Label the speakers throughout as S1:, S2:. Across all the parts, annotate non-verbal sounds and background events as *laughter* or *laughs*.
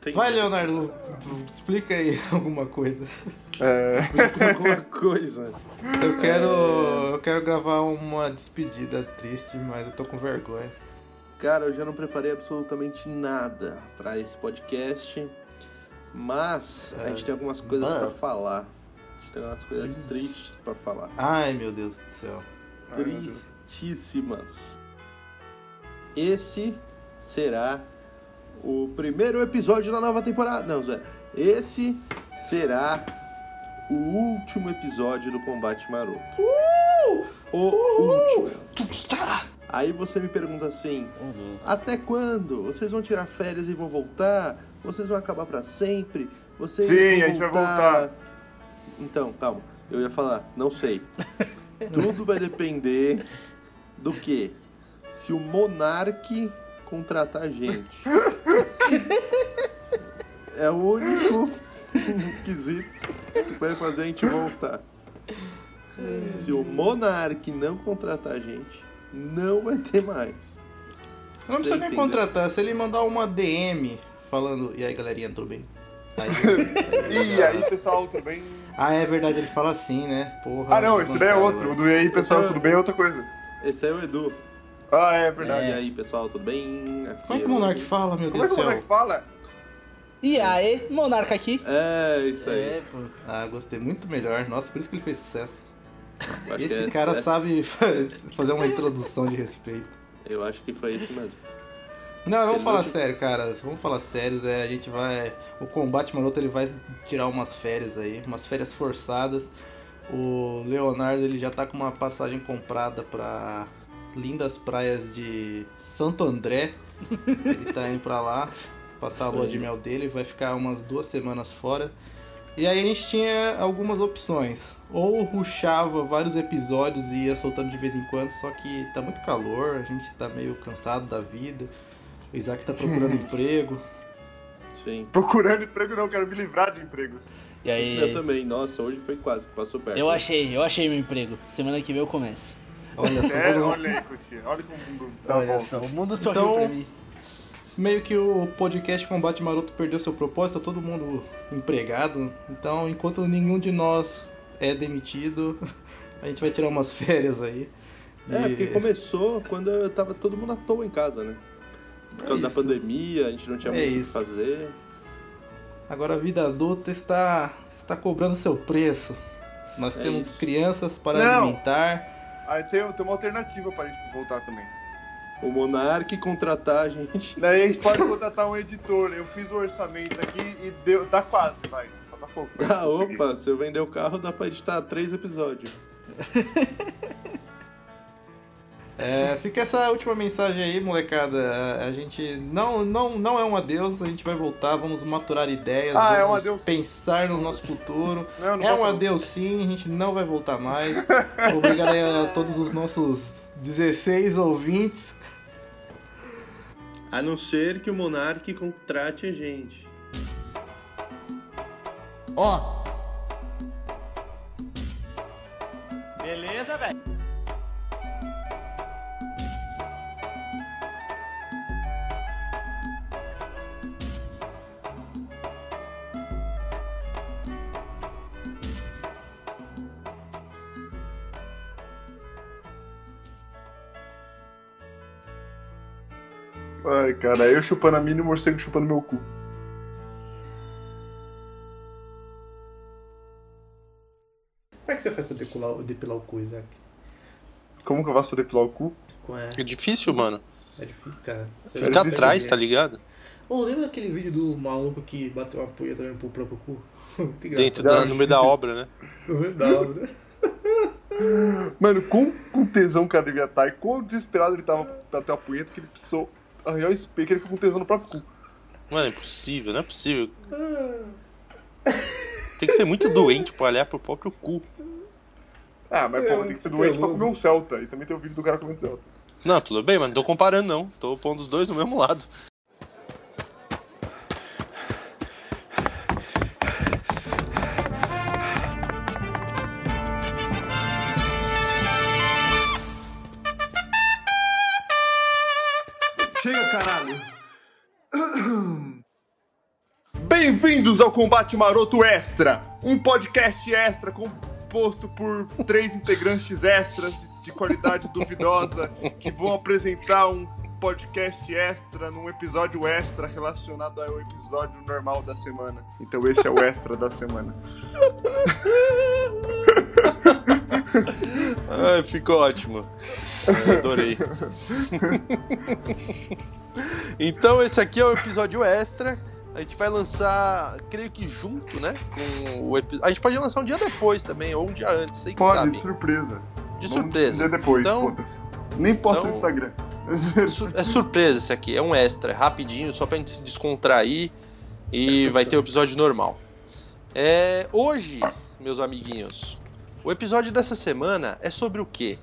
S1: Entendi.
S2: Vai, Leonardo, explica aí *laughs* alguma coisa.
S3: É, *laughs*
S1: Alguma coisa.
S2: Eu quero, eu quero gravar uma despedida triste, mas eu tô com vergonha.
S1: Cara, eu já não preparei absolutamente nada pra esse podcast, mas a gente tem algumas coisas
S2: mas-
S1: pra falar. A gente tem algumas coisas tristes pra falar.
S2: Ai, meu Deus do céu.
S3: Ai, meu Deus.
S1: Tristíssimas. Esse será o primeiro episódio da nova temporada. Não, Zé. Esse será o último episódio do Combate Maroto.
S2: Uh!
S1: O último. Aí você me pergunta assim: até quando? Vocês vão tirar férias e vão voltar? Vocês vão acabar pra sempre? Vocês
S3: Sim,
S1: vão
S3: a gente vai voltar.
S1: Então, calma. Eu ia falar, não sei. Tudo vai depender do quê? Se o Monark contratar a gente. É o único *laughs* quesito que vai fazer a gente voltar. Se o Monark não contratar a gente, não vai ter mais. Você
S2: Não precisa nem
S1: entendeu?
S2: contratar, se ele mandar uma DM falando. E aí, galerinha, tudo bem? Aí-
S3: *laughs* E aí, pessoal, tudo bem?
S2: ah, é verdade, ele fala assim, né? Porra.
S3: Ah, não, esse daí é outro. O do e aí, pessoal, tudo bem é outra coisa.
S1: Esse é o Edu.
S3: Ah, é
S1: E
S3: verdade.
S1: aí, pessoal, tudo bem? Aqui
S2: Como é que
S1: é
S2: o Monark fala, meu
S3: Como é
S2: Deus
S3: que
S2: do
S3: o moleque
S2: céu?
S3: fala?
S4: E aí, Monarca aqui.
S1: É, isso aí.
S4: pô.
S2: Ah, gostei muito melhor. Nossa, por isso que ele fez sucesso.
S1: Eu acho que
S2: Esse
S1: é-
S2: cara
S1: é-
S2: sabe *laughs* faz- fazer uma introdução de respeito.
S1: Eu acho que foi isso mesmo.
S2: Não,
S1: Excelente.
S2: vamos falar sério, cara. Vamos falar sérios. É, a gente vai. O combate maroto ele vai tirar umas férias aí, umas férias forçadas. O Leonardo ele já tá com uma passagem comprada pra lindas praias de Santo André. Ele tá indo pra lá passar a lua de mel dele, vai ficar umas duas semanas fora. E aí a gente tinha algumas opções. Ou ruxava vários episódios e ia soltando de vez em quando, só que tá muito calor, a gente tá meio cansado da vida. O Isaac tá
S3: *laughs*
S2: procurando emprego.
S1: Sim.
S3: Procurando emprego, não, quero me livrar de empregos.
S4: E aí,
S1: Eu também. Nossa, hoje foi quase que passou perto.
S4: É. eu achei, eu achei meu emprego. Semana que vem eu começo.
S2: Olha só,
S3: É,
S2: vamos lá.
S3: olha aí, Coutinho, olha como o mundo tá. dá
S4: Olha
S3: volta.
S4: só, o mundo *laughs* sorriu
S2: Então-
S4: pra mim.
S2: meio que o podcast Combate Maroto perdeu seu propósito, tá todo mundo empregado. Então, enquanto nenhum de nós é demitido, *laughs* a gente vai tirar umas férias aí.
S1: É,
S2: E-
S1: porque começou quando eu tava todo mundo à toa em casa, né? Por
S2: É
S1: causa da
S2: isso.
S1: pandemia, a gente não tinha
S2: É
S1: muito o que
S2: isso.
S1: fazer.
S2: Agora a vida adulta está, está cobrando seu preço. Nós
S1: É
S2: temos
S1: isso.
S2: crianças para
S3: Não.
S2: alimentar.
S3: Aí tem, tem uma alternativa pra gente voltar também.
S1: O Monark contratar a gente. *laughs*
S3: Daí a gente pode contratar um editor. Eu fiz o orçamento aqui e deu, dá quase, vai. Falta pouco. pra gente
S1: Ah,
S3: conseguir.
S1: opa, se eu vender o carro, dá pra editar três episódios.
S2: É, fica essa última mensagem aí, molecada. A- A gente não, não, não é um adeus, a gente vai voltar, vamos maturar ideias,
S3: Ah, é um
S2: vamos
S3: adeus.
S2: pensar no nosso futuro.
S3: Não, não
S2: É um
S3: volta, não.
S2: adeus sim, a gente não vai voltar mais. Obrigado aí a todos os nossos 16 ouvintes.
S1: A não ser que o Monark contrate a gente.
S3: Ai, cara, eu chupando a mina e o morcego chupando meu cu.
S2: Como é que você faz pra depilar, depilar o cu, Isaac?
S3: Como que eu faço pra depilar o cu?
S5: É difícil, mano.
S2: É difícil, cara.
S3: Ele
S5: Tá
S3: disse-
S5: atrás, tá ligado?
S2: Ô, lembra aquele vídeo do maluco que bateu uma punha também pro próprio cu? *laughs* Muito
S5: Dentro,
S3: Já-
S5: da, no meio da obra, né?
S3: Mano, com, com tesão o cara devia estar e quão desesperado ele tava pra ter uma punheta que ele precisou arranhar o espelho, que ele ficou com tesão no próprio cu.
S5: Mano, é impossível, não é possível. Tem que ser muito doente pra olhar pro próprio cu.
S3: Ah, mas pô, tem que ser doente pra comer um Celta. E também tem o vídeo do cara comendo Celta.
S5: Não, tudo bem, mas não tô comparando, não. Tô pondo os dois no mesmo lado.
S3: Chega, caralho! Bem-vindos ao Combate Maroto Extra, um podcast extra composto por três integrantes extras de qualidade duvidosa que vão apresentar um podcast extra num episódio extra relacionado ao episódio normal da semana. Então esse é o extra da semana.
S5: Ai, ficou ótimo. É, Eu adorei. então esse aqui é o episódio extra. A gente vai lançar, creio que junto, né? Com o epi... A gente pode lançar um dia depois também, ou um dia antes, sei que
S3: Pode,
S5: sabe.
S3: de surpresa.
S5: De
S3: Vamos
S5: surpresa.
S3: dizer depois,
S5: Então-
S3: foda-se. Nem posta no
S5: então-
S3: Instagram. *laughs*
S5: Sur- É surpresa esse aqui, é um extra, é rapidinho, só pra gente se descontrair e vai ter o episódio normal. É, hoje, meus amiguinhos, o episódio dessa semana é sobre o quê?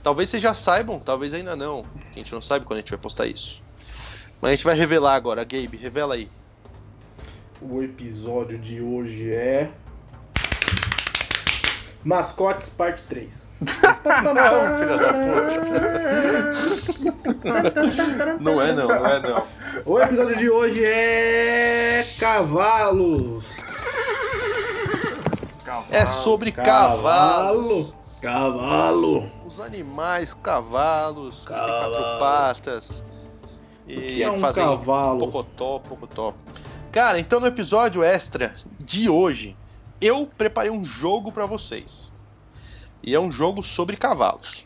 S5: Talvez vocês já saibam, talvez ainda não. que A gente não sabe quando a gente vai postar isso. Mas a gente vai revelar agora, Gabe, revela aí.
S2: O episódio de hoje é. Mascotes, parte
S5: *laughs*
S2: 3.
S5: Não, filha da Não é não, não é não.
S2: O episódio de hoje é. Cavalos!
S5: É sobre cavalos.
S2: Cavalo!
S5: Os animais, cavalos, que tem quatro
S2: Cavalo.
S5: patas. E
S2: Que é um
S5: fazem
S2: cavalo?
S5: Pocotó, Pocotó. Cara, então no episódio extra de hoje, eu preparei um jogo pra vocês. E é um jogo sobre cavalos.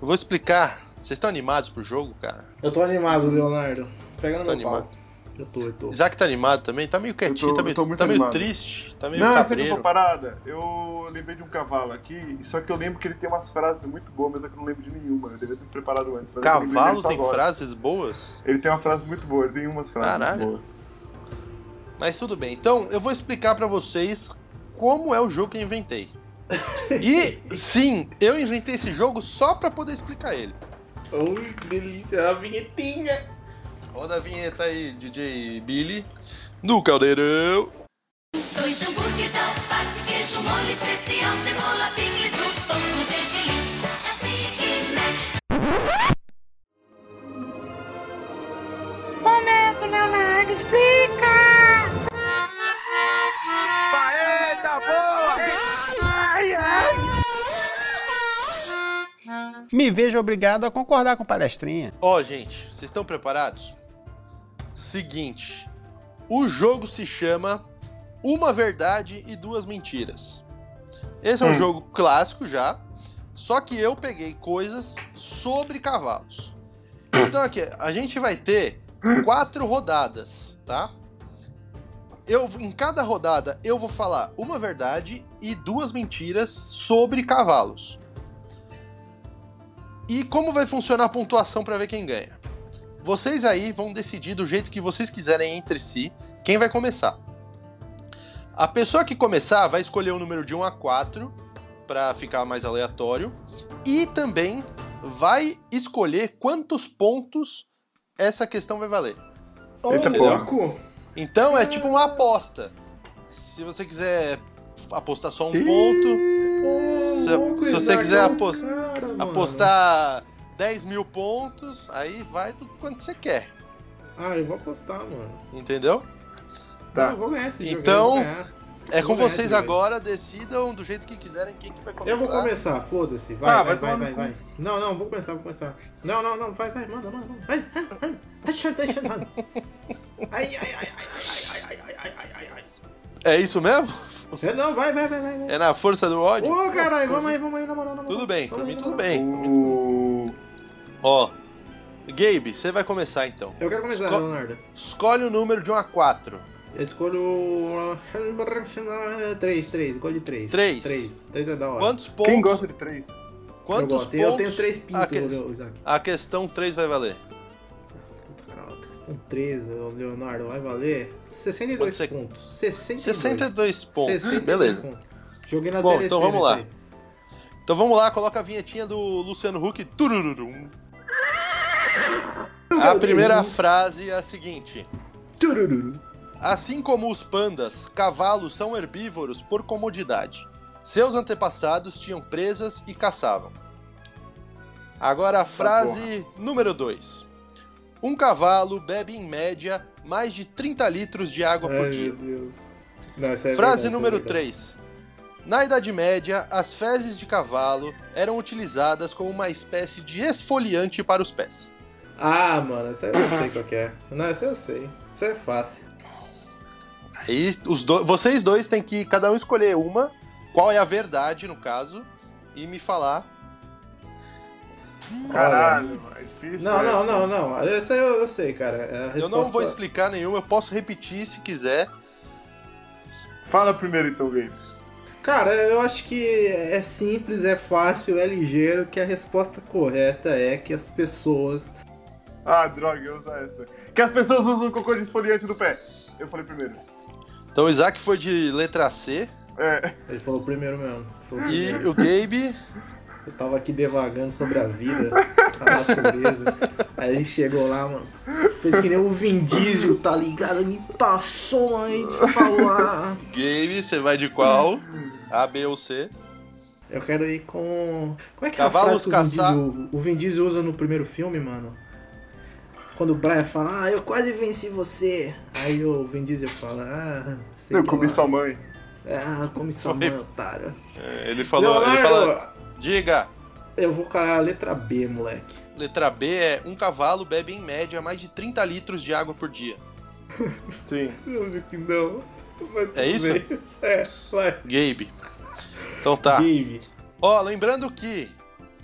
S5: Eu vou explicar. Vocês estão animados pro jogo, cara?
S2: Eu tô animado, Leonardo. Pega no
S5: Você tá
S2: meu pau. Eu tô, eu tô.
S5: Isaac tá animado também? Tá meio
S3: Eu
S5: quietinho,
S3: tô-
S5: tá
S3: eu
S5: meio,
S3: tô muito
S5: tá meio
S3: animado.
S5: triste, tá meio
S3: Não, sabe qual foi a
S5: cabreiro.
S3: parada? Eu lembrei de um cavalo aqui, só que eu lembro que ele tem umas frases muito boas, mas é que eu não lembro de nenhuma. Eu devia ter me preparado antes. Mas eu lembrei dele
S5: Cavalo
S3: só
S5: tem
S3: agora.
S5: frases boas?
S3: Ele tem uma frase muito boa, ele tem umas frases
S5: Caralho.
S3: muito boas.
S5: Mas tudo bem. Então, eu vou explicar pra vocês como é o jogo que
S3: *laughs*
S5: eu inventei. E sim, eu inventei esse jogo só pra poder explicar ele.
S2: Ui, que delícia, a vinhetinha!
S5: Roda a vinheta aí, DJ Billy. No caldeirão.
S6: Dois hambúrgueres, alface, queijo, molho especial, cebola, picles, um pão com gergelim. Assim é que mexe.
S7: Me vejo obrigado a concordar com o palestrinha.
S5: Ó, gente, vocês estão preparados? Seguinte. O jogo se chama Uma Verdade e Duas Mentiras. Esse é um
S3: Hum.
S5: jogo clássico já. Só que eu peguei coisas sobre cavalos. Então aqui, a gente vai ter quatro rodadas, tá? Eu, em cada rodada eu vou falar uma verdade e duas mentiras sobre cavalos. E como vai funcionar a pontuação para ver quem ganha? Vocês aí vão decidir do jeito que vocês quiserem entre si quem vai começar. A pessoa que começar vai escolher o número de 1 a 4 para ficar mais aleatório e também vai escolher quantos pontos essa questão vai valer.
S2: Ô,
S3: Eita porra.
S2: louco!
S5: Então é tipo uma aposta. Se você quiser apostar só um ponto, Se- se você quiser apos-
S2: apostar.
S5: apostar 10 mil pontos, aí vai do quanto você quer,
S2: Ah, eu vou apostar, mano. Ah,
S5: entendeu?
S3: Tá.
S2: Eu vou ganhar esse jogo,
S5: Então,
S2: eu vou ganhar.
S5: É
S2: Vamos
S5: com
S2: nessa,
S5: vocês
S2: velho.
S5: agora, decidam do jeito que quiserem quem que vai começar.
S2: Eu vou começar, foda-se. Vai,
S3: Ah,
S2: vai,
S3: vai
S2: vai,
S3: tomar
S2: vai,
S3: no
S2: vai. Não, não, vou começar, vou começar. Não, não, não, vai, vai, manda, manda, manda. Vai, vai, vai. Tá chorando, tá
S5: *laughs*
S2: chorando. Ai, ai, ai, ai, ai, ai, ai, ai, ai, ai, ai.
S5: É isso mesmo?
S2: É, Não, vai, vai, vai, vai. vai.
S5: É na força do ódio?
S2: Ô, caralho, vamos aí, vamos aí, na moral, na moral.
S5: Tudo bem, pra
S2: Vamos aí,
S5: mim
S2: na
S5: tudo
S2: moral.
S5: bem.
S3: O...
S5: Ó, Gabe, você vai começar então.
S2: Eu quero começar,
S5: Esco-
S2: Leonardo.
S5: Escolhe o número de 1 a 4.
S2: Eu escolho. 3, 3, gol de 3.
S5: Três.
S2: 3, 3 é da hora.
S5: Quantos pontos?
S3: Quem gosta de três?
S2: eu
S5: Quantos
S2: gosto.
S5: pontos?
S2: Eu tenho 3 pintos,
S5: Ah, que-
S2: Leo- Isaac.
S5: A questão 3 vai valer.
S2: Puta, caralho, questão 13, ô, Leonardo, vai valer 62
S5: Quanto você-
S2: pontos. 62.
S5: 62 pontos.
S2: 62
S5: Beleza.
S2: pontos. Joguei na
S5: Bom,
S2: DLC
S5: então vamos lá.
S2: nesse aí.
S5: Então vamos lá, coloca a vinhetinha do Luciano Huck. Turururum. A primeira frase é a seguinte:
S2: Tururu.
S5: Assim como os pandas, cavalos são herbívoros por comodidade. Seus antepassados tinham presas
S2: Tá
S5: e caçavam. Agora a frase número 2. Um cavalo bebe, em média, mais de 30 litros de água por dia.
S2: Deus. Não, essa é
S5: Frase
S2: verdade,
S5: número
S2: essa é verdade.
S5: 3. Na Idade Média, as fezes de cavalo eram utilizadas como uma espécie de esfoliante para os pés.
S2: Ah, mano, essa eu sei qual que é. Não, essa eu sei. Isso é fácil.
S5: Aí os do- vocês dois têm que cada um escolher uma, qual é a verdade no caso, e me falar.
S3: Caralho, é difícil.
S2: Não,
S3: essa.
S2: não, não, não. Essa eu, eu sei, cara. É a
S5: assim. Eu não
S2: resposta-
S5: vou explicar nenhuma, eu posso repetir se quiser.
S3: Fala primeiro então, Gabe.
S2: Cara, eu acho que é simples, é fácil, é ligeiro, que a resposta correta é que as pessoas.
S3: Ah, droga, eu uso essa. Que as pessoas usam cocô de esfoliante do pé. Eu falei primeiro.
S5: Então o Isaac foi de letra C
S3: É,
S2: Ele falou primeiro mesmo. Falou
S5: e
S2: primeiro.
S5: o Gabe.
S2: Eu tava aqui devagando sobre a vida, a natureza. Aí ele chegou lá, mano. Fez que nem o Vin Diesel, tá ligado? Me passou aí "Ah, de falar.
S5: Gabe, você vai de qual? A, B ou C?
S2: Eu quero ir com. Como é que
S5: Cavalos
S2: é a frase que o Vin, Diesel, o Vin Diesel usa no primeiro filme, mano? Quando o Brian fala, ah, eu quase venci você. Aí o Vin Diesel fala, ah, sei
S3: eu
S2: que
S3: comi
S2: lá.
S3: sua mãe.
S2: Ah, come sua
S5: Foi.
S2: mãe, otário.
S5: É, Ele falou, ele
S2: Leonardo,
S5: fala, diga.
S2: Eu vou com a letra B, moleque.
S5: Letra B é um cavalo bebe em média mais de 30 litros de água por dia.
S3: Sim.
S2: Eu vi que não. mas tudo
S5: É isso?
S2: bem. É, vai.
S5: Gabe. Então tá.
S2: Gabe.
S5: Ó, lembrando que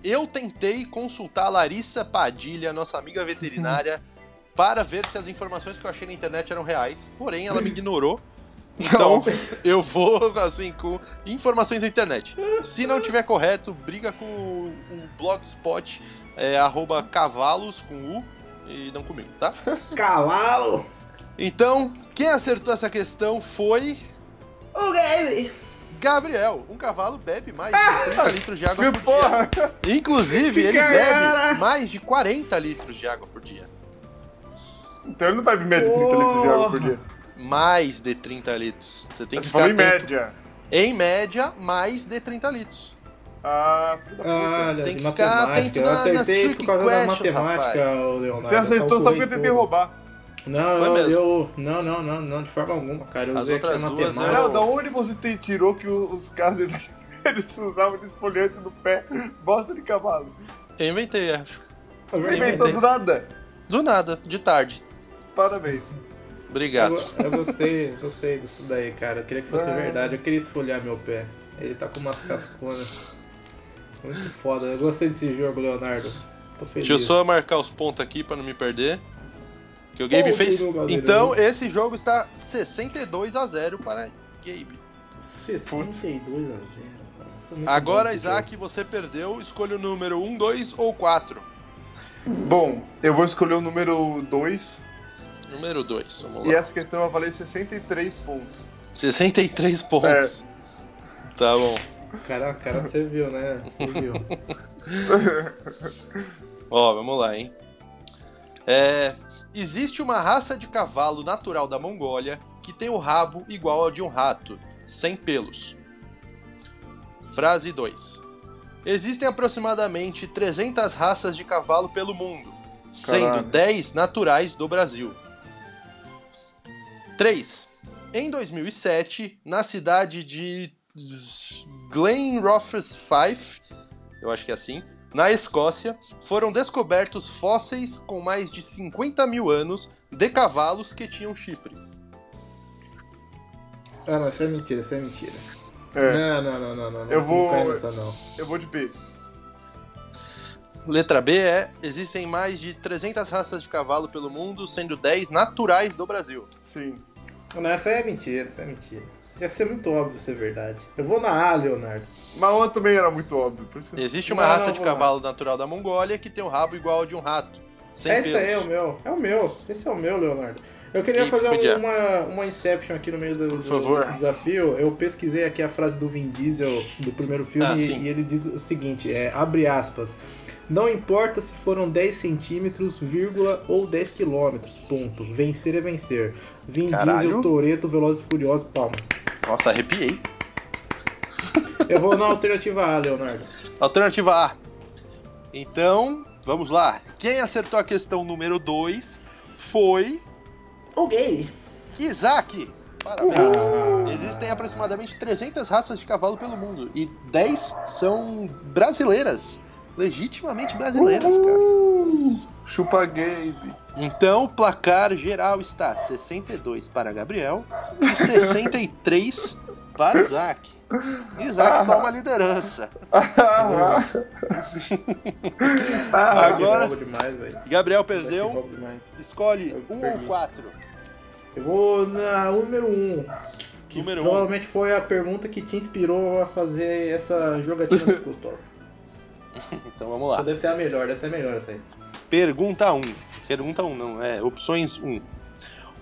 S5: eu tentei consultar a Larissa Padilha, nossa amiga veterinária, *laughs* para ver se as informações que eu achei na internet eram reais, porém ela me ignorou. Então *laughs* eu vou, assim, com informações da internet. Se não tiver correto, briga com o, o blogspot, é, arroba cavalos com U e não comigo, tá?
S2: Cavalo!
S5: Então, quem acertou essa questão foi
S2: O Gabe!
S5: Gabriel. Um cavalo bebe mais de 30 litros de água
S3: Ah! Que
S5: por dia.
S3: porra!
S5: Inclusive,
S2: Que
S5: ele
S2: cara!
S5: bebe mais de 40 litros de água por dia.
S3: Então ele não bebe média de 30 litros de água por dia.
S5: Mais de 30 litros. Você tem
S3: Mas
S5: que
S3: Você
S5: ficar
S3: falou em
S5: atento.
S3: média.
S5: Em média, mais de 30 litros.
S3: Ah, filho da puta.
S2: Olha,
S5: Tem
S2: tem
S5: que
S2: de
S5: ficar
S2: matemática.
S5: atento
S2: Eu
S5: na-
S2: acertei
S5: nas
S2: por causa da
S5: trick
S2: matemática,
S5: questions,
S2: ô, Leonardo.
S3: Você acertou, sabe que eu
S2: calculei
S3: tentei
S2: tudo.
S3: roubar.
S2: Não,
S5: Foi
S2: eu,
S5: mesmo.
S2: eu- Não, não, não, não, de forma alguma, cara. Eu
S5: As
S2: usei aqui a
S5: outras duas,
S2: matemática.
S5: eu-
S3: Não, da onde você te tirou que o- os caras eles- *laughs* eles usavam de esfoliante no pé? Bosta de cavalo.
S5: Eu inventei, acho.
S3: Você
S5: Eu
S3: inventou
S2: é.
S5: inventei.
S3: do nada.
S5: Do nada, de tarde.
S3: Parabéns.
S5: Obrigado.
S2: Eu, eu gostei, gostei disso daí, cara. Eu queria que fosse verdade. Eu queria esfolhar meu pé. Ele tá com umas casconas. Muito foda. Eu gostei desse jogo, Leonardo. Tô feliz.
S5: Deixa eu só marcar os pontos aqui pra não me perder. Que o Gabe
S2: Pô,
S5: fez.
S2: virou, galera.
S5: Então, esse jogo está 62 a 0 para Gabe.
S2: 62 a 0. cara. Isso é muito bom
S5: Agora,
S2: esse
S5: Isaac, você perdeu. Escolha o número 1, 2 ou 4.
S3: Bom, eu vou escolher o número 2.
S5: Número 2, vamos lá.
S3: E essa questão vai valer 63 pontos.
S5: 63 pontos. Tá bom.
S2: jogo. Cara, cara, você viu, né? Você *laughs* viu.
S5: Ó, vamos lá, hein? É, existe uma raça de cavalo natural da Mongólia que tem o rabo igual ao de um rato, sem pelos. Frase 2. Existem aproximadamente 300 raças de cavalo pelo mundo, sendo
S3: Caralho.
S5: 10 naturais do Brasil. 3. Em 2007, na cidade de Glenrothes Fife, eu acho que é assim, na Escócia, foram descobertos fósseis com mais de 50 mil anos de cavalos que tinham chifres.
S2: Ah, não, isso é mentira, isso é mentira.
S3: É,
S2: Não, não, não, não, não. não
S3: Eu vou-
S2: cai nessa, não.
S3: eu vou de B.
S5: Letra B é: existem mais de 300 raças de cavalo pelo mundo, sendo 10 naturais do Brasil.
S3: Sim.
S2: Não, essa é mentira, essa é mentira. Ia ser muito óbvio ser verdade. Eu vou na A, Leonardo.
S3: Mas a outra também era muito óbvio. Por isso que eu...
S5: Existe uma
S2: Não,
S5: raça
S2: não,
S5: de
S2: vamos lá.
S5: cavalo natural da Mongólia que tem um rabo igual ao de um rato, sem
S2: Esse
S5: pelos.
S2: aí é o meu. É o meu. Esse é o meu, Leonardo. Eu queria
S5: Que
S2: fazer
S5: podia.
S2: uma, uma Inception aqui no meio do, do-
S5: favor.
S2: desse desafio. Eu pesquisei aqui a frase do Vin Diesel do primeiro filme
S5: Ah,
S2: e-
S5: sim.
S2: e ele diz o seguinte, é, abre aspas, não importa se foram 10 centímetros, vírgula, ou 10 quilômetros, ponto. Vencer é vencer. Vin
S5: Caralho.
S2: Diesel, Toreto, Velozes e Furiosos, palmas.
S5: Nossa, arrepiei. *laughs*
S2: Eu vou na alternativa A, Leonardo.
S5: Alternativa A. Então, Vamos lá. Quem acertou a questão número 2 foi
S2: O gay.
S5: Isaac. Parabéns. Existem aproximadamente 300 raças de cavalo pelo mundo e 10 são brasileiras. Legitimamente brasileiras, cara.
S3: Chupa gay.
S5: Então, o placar geral está 62 para Gabriel e 63 para Isaac. Isaac toma a liderança. Ah. Agora-
S2: Ah, Que bobo demais, velho.
S5: Gabriel
S2: Que
S5: perdeu,
S2: bobo demais.
S5: escolhe
S2: Eu
S5: 1 ou
S2: perdi.
S5: 4.
S2: Eu vou na número 1. Um, que
S5: Número um.
S2: provavelmente foi a pergunta que te inspirou a fazer essa jogatina muito gostosa.
S5: Então vamos
S2: Então
S5: lá.
S2: deve ser a melhor, deve ser a melhor essa aí.
S5: Pergunta 1. Pergunta 1 não, é opções 1.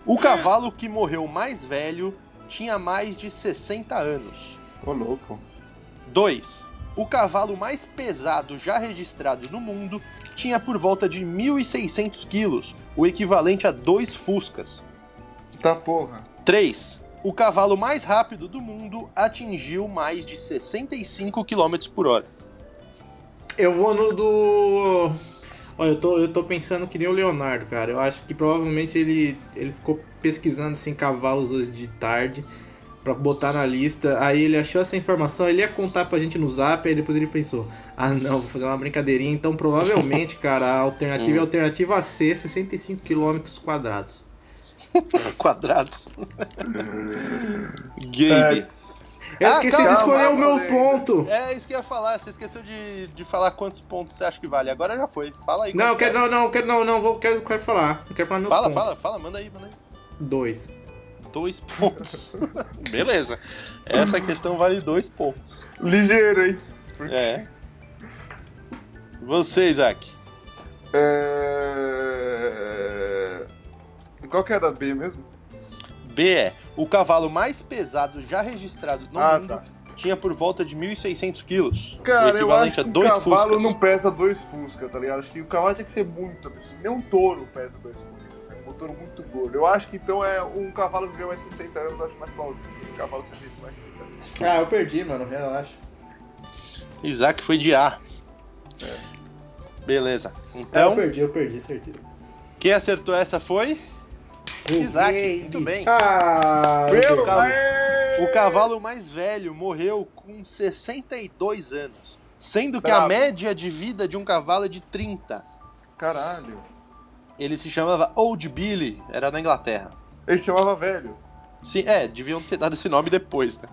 S5: O cavalo que morreu mais velho tinha mais de 60 anos.
S3: Ô, louco.
S5: 2. O cavalo mais pesado já registrado no mundo tinha por volta de 1.600 quilos, o equivalente a dois Fuscas.
S3: Tá porra.
S5: 3. O cavalo mais rápido do mundo atingiu mais de 65 km por hora. *laughs*
S2: Eu vou no do. Olha, eu tô, eu tô pensando que nem o Leonardo, cara. Eu acho que provavelmente ele, ele ficou pesquisando assim, cavalos hoje de tarde pra botar na lista. Aí ele achou essa informação, ele ia contar pra gente no zap, aí depois ele pensou: ah, não, vou fazer uma brincadeirinha. Então provavelmente, *laughs* cara, a alternativa é a alternativa C, 65 km quadrados.
S5: Quadrados.
S3: *laughs*
S5: Gabe.
S2: Eu
S5: Ah,
S2: esqueci
S5: calma,
S2: de escolher o meu
S3: moleque.
S2: ponto.
S5: É isso que eu ia falar, você esqueceu de, de falar quantos pontos você acha que vale. Agora já foi. Fala aí.
S2: Não, eu
S5: quantos
S2: quero,
S5: vale.
S2: não, não, eu quero, não, não, vou, quero, quero falar. Eu quero falar meu
S5: Fala,
S2: ponto.
S5: fala, fala, manda aí, manda aí.
S2: Dois.
S5: Dois pontos. *laughs* Beleza. Essa questão vale dois pontos.
S3: Ligeiro, hein?
S5: É. Você, Isaac.
S3: É... Qual que era a B mesmo?
S5: B é. O cavalo mais pesado já registrado no
S3: Ah,
S5: mundo
S3: tá.
S5: tinha por volta de 1.600 quilos.
S3: Cara, eu acho que
S5: a
S3: o
S5: dois
S3: cavalo
S5: Fuscas.
S3: não pesa dois Fusca, tá ligado? Acho que o cavalo tem que ser muito absurdo. Nem um touro pesa dois Fusca. É um touro muito gordo. Eu acho que então é um cavalo que viveu mais de 60 anos, eu acho mais plausível. Um cavalo ser vivo mais de 60 anos.
S2: Ah, eu perdi, mano, relaxa.
S5: Isaac foi de A. Beleza.
S2: Ah, eu
S5: Então,
S2: perdi, eu perdi, certeza.
S5: quem acertou essa foi. Uhum. Isaac, muito bem.
S2: Ah,
S5: Meu,
S2: o cavalo-
S5: O cavalo mais velho morreu com 62 anos, sendo que a
S3: Bravo.
S5: média de vida de um cavalo é de 30.
S3: Caralho.
S5: Ele se chamava Old Billy, era na Inglaterra.
S3: Ele chamava velho.
S5: Sim, é, deviam ter dado esse nome depois, né?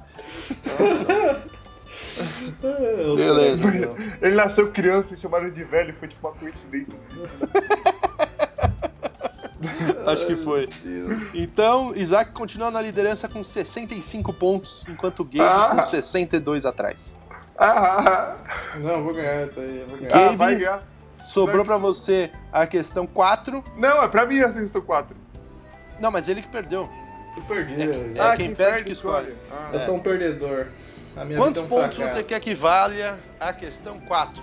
S2: Eu sou
S5: Beleza.
S2: campeão.
S3: Ele nasceu criança e chamaram de velho, foi tipo uma coincidência.
S5: Acho que foi. Então, Isaac continua na liderança com 65 pontos, enquanto o Gabe com
S3: Ah.
S5: 62 atrás.
S3: Ah, ah, ah.
S2: Não, eu vou ganhar essa aí, eu vou ganhar.
S5: Gabe.
S3: ah vai ganhar.
S5: Sobrou pra você a questão 4.
S3: Não, é pra mim a sexta 4.
S5: Não, mas ele que perdeu.
S2: Eu perdi.
S5: É que-
S2: velho.
S5: é quem perde que escolhe.
S3: Ah,
S2: Eu sou um perdedor. A minha
S5: Quantos
S2: vida é um
S5: pontos você quer que valha a questão 4?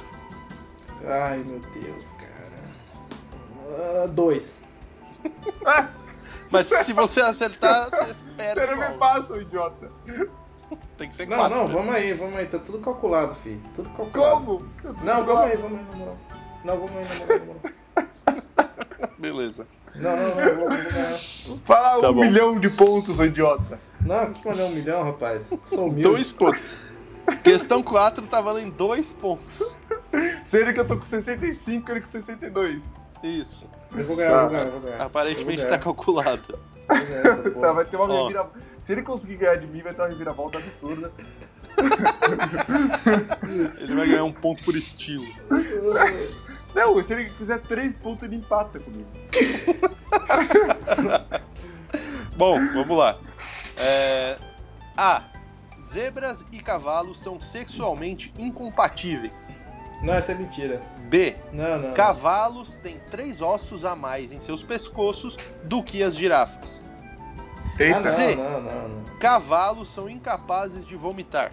S2: quer? Ai, meu Deus, cara. Ah, dois.
S5: Mas se você acertar, você
S3: Você
S5: perde.
S3: não me
S5: Paulo.
S3: passa, idiota.
S5: Tem que ser
S2: Não,
S5: quatro.
S2: não,
S5: né?
S2: vamos aí, vamos aí. Tá tudo calculado, filho. Tudo calculado.
S3: Como?
S2: Não, vamos aí, vamos aí, na moral. Não, vamos aí, na moral, na moral.
S5: Beleza.
S2: Não, não, não, eu vou, eu vou ganhar.
S3: Fala
S5: Tá
S3: um
S5: bom.
S3: milhão de pontos, ô idiota.
S2: Não, que mandei um milhão, rapaz. Sou humilde.
S5: Dois pontos. Então, Questão 4 tá valendo dois pontos.
S3: Sendo que eu tô com 65, ele com 62.
S5: Isso.
S2: Eu vou ganhar, eu vou ganhar, eu vou ganhar.
S5: Aparentemente
S2: eu
S5: tá
S2: vou
S5: calculado.
S2: ganhar, eu vou ganhar
S3: *laughs*
S2: essa
S3: Tá,
S2: porra.
S3: vai ter uma
S5: Ó.
S3: reviravolta. Se ele conseguir ganhar de mim, vai ter uma reviravolta absurda.
S5: Ele vai ganhar um ponto por estilo.
S3: Não, se ele fizer 3 pontos, ele empata comigo.
S5: Bom, vamos lá. É... A. Zebras e cavalos são sexualmente incompatíveis.
S2: Não, essa é mentira.
S5: B.
S2: Não, não.
S5: Cavalos têm três ossos a mais em seus pescoços do que as girafas.
S2: Ah,
S3: Eita,
S5: Sim.
S2: não, não, não, não.
S5: Cavalos são incapazes de vomitar.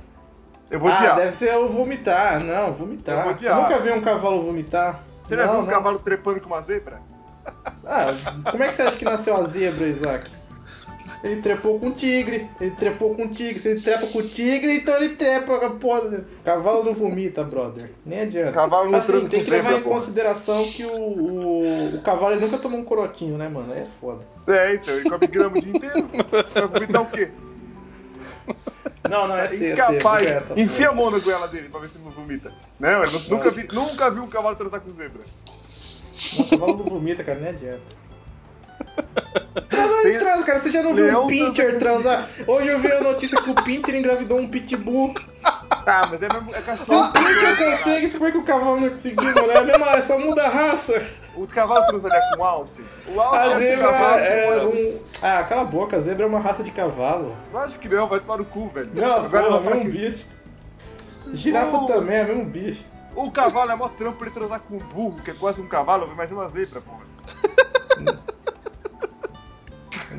S3: eu vou
S2: ah,
S3: odiar.
S2: deve ser eu vomitar. Não, vomitar.
S3: Eu vou odiar.
S2: nunca vi um cavalo vomitar.
S3: Você já
S2: Não,
S3: viu um
S2: não.
S3: cavalo trepando com uma zebra?
S2: Ah, como é que você acha que nasceu a zebra, Isaac? Ele trepou com o tigre, ele trepou com o tigre. Se ele trepa com o tigre, então ele trepa com a porra. do- Cavalo não vomita, brother. Nem adianta.
S3: Cavalo não
S2: assim,
S3: transa
S2: tem
S3: com
S2: que levar
S3: zebra,
S2: em
S3: porra.
S2: consideração que o, o, o cavalo ele nunca tomou um corotinho, né, mano? Aí É foda.
S3: É, então, ele come grama o dia inteiro. Vai vomitar
S2: *laughs*
S3: o quê?
S2: Não, não, é cedo.
S3: Incapaz. Enfia a mão na goela dele pra ver se ele não vomita. Não, eu nunca vi, nunca vi um cavalo transar com zebra.
S2: O cavalo não vomita, cara, nem adianta. Transar
S3: Tem-
S2: ele transa, cara. Você já não viu
S3: Leão
S2: um pincher transar? Hoje eu vi a notícia que o pincher engravidou um pitbull.
S3: Ah, mas é mesmo. É
S2: Se o
S3: cachorro.
S2: pincher consegue, por que que o cavalo não conseguiu, mano? É a mesma, é só muda a raça.
S3: O cavalo transaria com alce. O alce
S2: A
S3: é
S2: zebra
S3: do cavalo.
S2: é
S3: porra.
S2: um... Ah, cala a boca, a zebra é uma raça de cavalo.
S3: Lógico que não, vai tomar no cu, velho.
S2: Não,
S3: Agora
S2: porra,
S3: vai falar
S2: é mesmo
S3: que
S2: bicho. Girafa
S3: Não.
S2: também é mesmo bicho.
S3: o cavalo é mó trampo pra ele transar com um burro, que é quase um cavalo, imagina uma zebra, porra.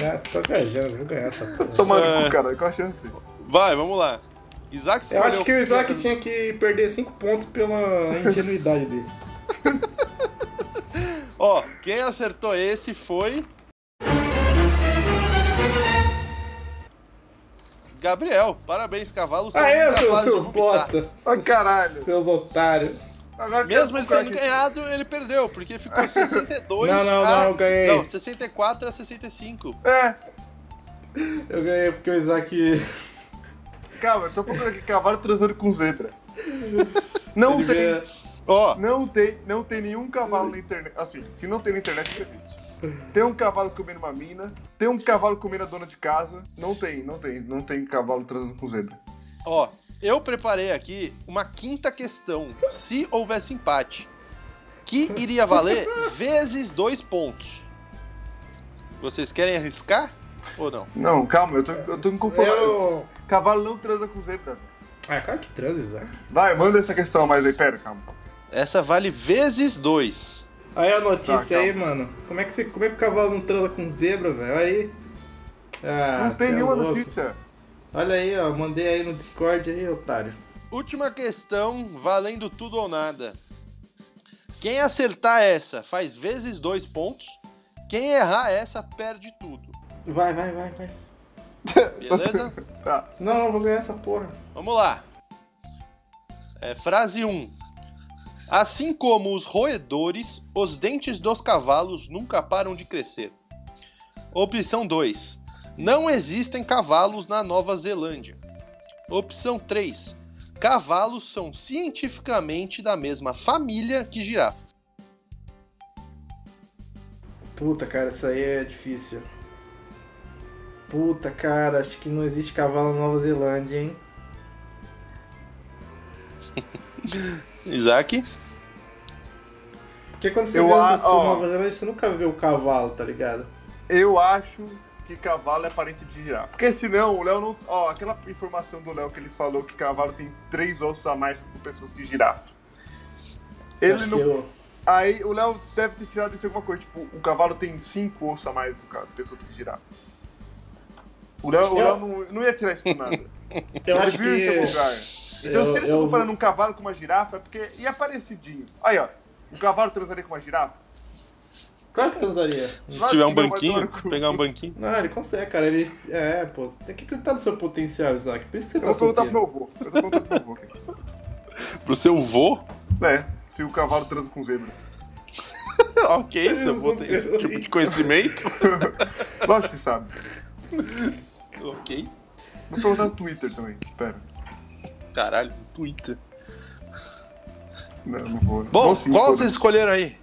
S2: Né, Você tá viajando, eu vou ganhar essa porra.
S3: Tomar no
S5: É.
S3: cu, cara, qual a chance?
S5: Vai, vamos lá. Isaac
S2: Eu
S5: escolheu...
S2: acho que o Isaac tinha que perder 5 pontos pela ingenuidade dele.
S5: Ó, quem acertou esse foi... Gabriel, parabéns, cavalo. são
S2: Aê, seus,
S5: incapazes de
S2: seus
S5: vomitar.
S2: bosta,
S3: Ai, caralho.
S2: seus otários.
S3: Agora que
S5: Mesmo
S3: eu-
S5: ele tendo
S3: gente-
S5: ganhado, ele perdeu,
S2: *laughs*
S5: porque ficou 62
S2: Não, não, não,
S5: a...
S2: eu ganhei.
S5: ah, Não, 64 a 65.
S3: É,
S2: Eu ganhei porque o Isaac.
S3: calma, eu tô procurando aqui cavalo transando
S2: *laughs*
S3: com zebra. Não
S2: ele
S3: tem,
S2: ganha-
S5: Ó,
S3: não tem, não tem nenhum cavalo na internet. Assim, se não tem na internet, não existe. Tem um cavalo comendo uma mina, tem um cavalo comendo a dona de casa. Não tem, não tem, não tem cavalo transando com zebra.
S5: ó, eu preparei aqui uma quinta questão. Se houvesse empate, que iria valer vezes dois pontos. Vocês querem arriscar ou não?
S3: Não, calma, eu tô, eu tô me conformando.
S2: Eu-
S3: Cavalo não transa com zebra.
S2: Ah, cara que transa, Isaac.
S3: Vai, manda essa questão a mais aí, pera, calma.
S5: Essa vale vezes dois.
S2: Aí a notícia
S3: Tá,
S2: aí, mano. Como é, que você, como é que o cavalo não transa com zebra, velho? Aí. Ah,
S3: não tem
S2: cê é
S3: nenhuma
S2: louco.
S3: notícia.
S2: Olha aí, ó. Mandei aí no Discord aí, otário.
S5: Última questão, valendo tudo ou nada. Quem acertar essa faz vezes dois pontos. Quem errar essa perde tudo.
S2: Vai, vai, vai, vai.
S5: Beleza?
S3: Tá.
S2: Não, não, eu vou ganhar essa porra.
S5: Vamos lá. É, frase 1. Assim como os roedores, os dentes dos cavalos nunca param de crescer. Opção 2. Não existem cavalos na Nova Zelândia. Opção 3. Cavalos são cientificamente da mesma família que girafas.
S2: Puta, cara, isso aí é difícil. Puta, cara, acho que não existe cavalo na Nova Zelândia, hein?
S5: Isaac?
S2: Porque quando você
S3: Eu
S2: vê
S3: a-
S2: os
S3: ó.
S2: Nova Zelândia, você nunca vê o cavalo, tá ligado?
S3: Eu acho que cavalo é parente de girafa. Porque senão o Léo não. Ó, aquela informação do Léo que ele falou que cavalo tem três ossos a mais com pessoas que girafa.
S2: Você
S3: Ele
S2: acha
S3: não.
S2: que eu-
S3: Aí o Léo deve ter tirado isso de alguma coisa. Tipo, o cavalo tem cinco ossos a mais do que a pessoa que girafa. O Léo, o
S2: Eu-
S3: Léo não, não ia tirar isso do nada.
S2: *laughs* Eu
S3: Ele
S2: acho
S3: viu em algum
S2: que. é
S3: lugar. Então,
S2: eu-
S3: se eles
S2: eu-
S3: estão comparando um cavalo com uma girafa, é porque ia parecidinho. Aí, ó. O cavalo transaria com uma girafa?
S2: Claro que transaria.
S3: Lógico que não, vai tomar no cu.
S5: um banquinho.
S2: Não, ele consegue, cara. Ele. É, pô, você tem que acreditar no seu potencial, Isaac. Por isso que você
S3: Eu
S2: tá
S3: vou perguntar pro
S2: solteiro.
S3: meu avô. Eu tô perguntando pro meu avô. aqui.
S5: Pro seu vô?
S3: É, se o cavalo transa com zebra.
S5: *laughs* ok, seu vô tem esse tipo de conhecimento.
S3: Lógico que sabe.
S5: *laughs* ok.
S3: Vou perguntar no Twitter também. Espera.
S5: Caralho, um Twitter.
S3: Não, não vou.
S5: Bom,
S3: Vou sim,
S5: qual
S3: foda-se.
S5: vocês escolheram aí?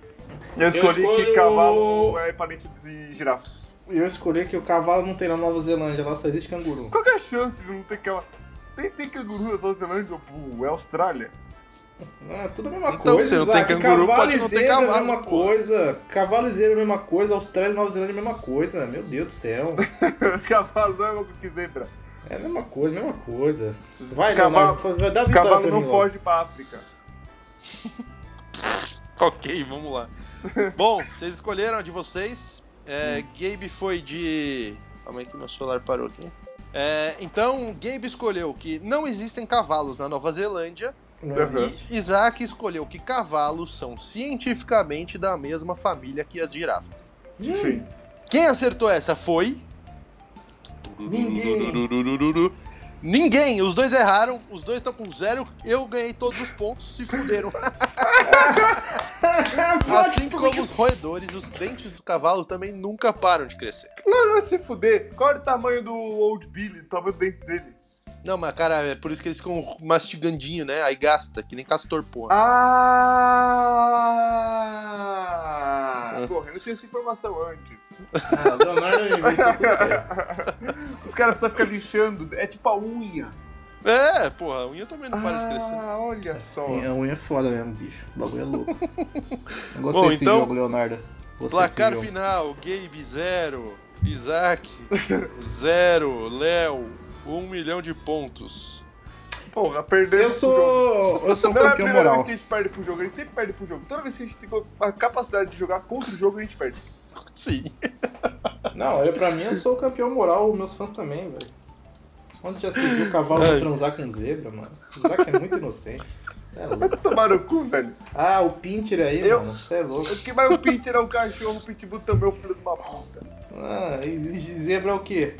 S3: Eu escolhi
S2: Eu
S3: que
S2: escolho-
S3: cavalo é parente de girafa.
S2: Eu escolhi que o cavalo não tem na Nova Zelândia, lá só existe canguru.
S3: Qual que é a chance de não ter cavalo? Tem, tem canguru na Nova Zelândia ou burro? É Austrália? *laughs*
S2: Ah, é tudo a mesma
S5: Então,
S2: coisa.
S5: se não tem
S2: Isaac. cavalo
S5: canguru, pode
S2: e
S5: não ter
S2: zebra é a
S5: cavalo,
S2: mesma
S5: pô.
S2: coisa. Cavalo e zebra é a mesma coisa. Austrália e Nova Zelândia é a mesma coisa. Meu Deus do céu.
S3: cavalo não é louco que zebra.
S2: É a mesma coisa, a mesma coisa. Vai,
S3: Cavalo-
S2: Leonardo, vai dar vitória
S3: Cavalo
S2: pra
S3: não
S2: mim, ó.
S3: foge pra África.
S5: Ok, vamos lá. *laughs* Bom, vocês escolheram a de vocês. É, Gabe foi de. Calma aí que meu celular parou aqui. É, então, Gabe escolheu que não existem cavalos na Nova Zelândia.
S2: Não é.
S3: Aham.
S2: existe.
S5: Isaac escolheu que cavalos são cientificamente da mesma família que as girafas.
S3: Sim.
S5: Quem acertou essa foi. Ninguém. Ninguém. Os dois erraram, os dois estão com zero. Eu ganhei todos os pontos, se fuderam. assim como os roedores, os dentes do cavalo também nunca param de crescer.
S3: Claro, vai se fuder. Qual era o tamanho do Old Billy? O tamanho do dente dele?
S5: Não, mas cara, é por isso que eles ficam mastigandinho, né? Aí gasta, que nem castor, porra. É.
S3: Ah! Porra, eu não tinha essa informação antes.
S2: Ah, o Leonardo inventou tudo certo.
S3: Os caras só ficam lixando. É tipo a unha.
S5: É, porra, a unha também não para de crescer.
S3: Ah, olha só.
S2: *laughs* A unha é foda mesmo, bicho. O bagulho é *laughs* louco. Eu gostei
S5: Bom,
S2: desse
S5: então,
S2: jogo, Leonardo. Gostei
S5: Placar
S2: desse jogo.
S5: final, Gabe 0, Isaac 0, Léo 1 um milhão de pontos.
S3: Porra, perdeu.
S2: Eu sou. Eu sou um
S3: Não é a
S2: campeão
S3: primeira
S2: moral.
S3: vez que a gente perde pro jogo, a gente sempre perde pro jogo. Toda vez que a gente tem a capacidade de jogar contra o jogo, a gente perde.
S5: Sim.
S2: Não, olha, pra mim eu sou o campeão moral, meus fãs também, velho. Onde já se viu o cavalo
S5: Ai.
S2: transar com zebra, mano? O Zac é muito inocente. É louco.
S3: Tomar no cu, velho.
S2: Ah, o Pinter aí,
S3: Eu-
S2: mano, você é louco.
S3: O que mais o Pinter é um cachorro, o Pitbull também é um filho de uma puta.
S2: Ah, e zebra é o quê?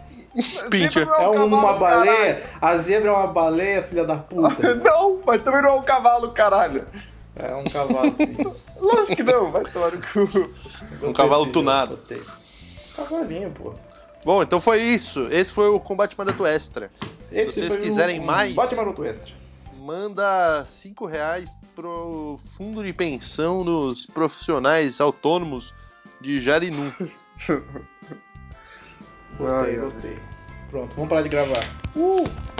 S5: Pinter.
S3: Zebra não
S2: É
S3: um cavalo,
S2: uma baleia?
S3: caralho.
S2: A zebra é uma baleia, filha da puta.
S3: Não, mas também não é um cavalo, caralho.
S2: *laughs* é um cavalo,
S5: *laughs*
S2: sim.
S3: Lógico que não, vai tomar no cu.
S2: Gostei
S5: cavalo
S2: desse jogo,
S5: tunado.
S2: gostei. Cavalinho, pô.
S5: Bom, então foi isso. Esse foi o Combate Mandato Extra.
S2: Esse
S5: vocês
S2: foi o-
S5: quiserem
S2: o
S5: mais-
S2: Bote Maroto Extra.
S5: Manda 5 reais pro fundo de pensão dos profissionais autônomos de Jarinu.
S2: Gostei,
S3: Ai, ai.
S2: Ah, gostei. Pronto, vamos parar de gravar.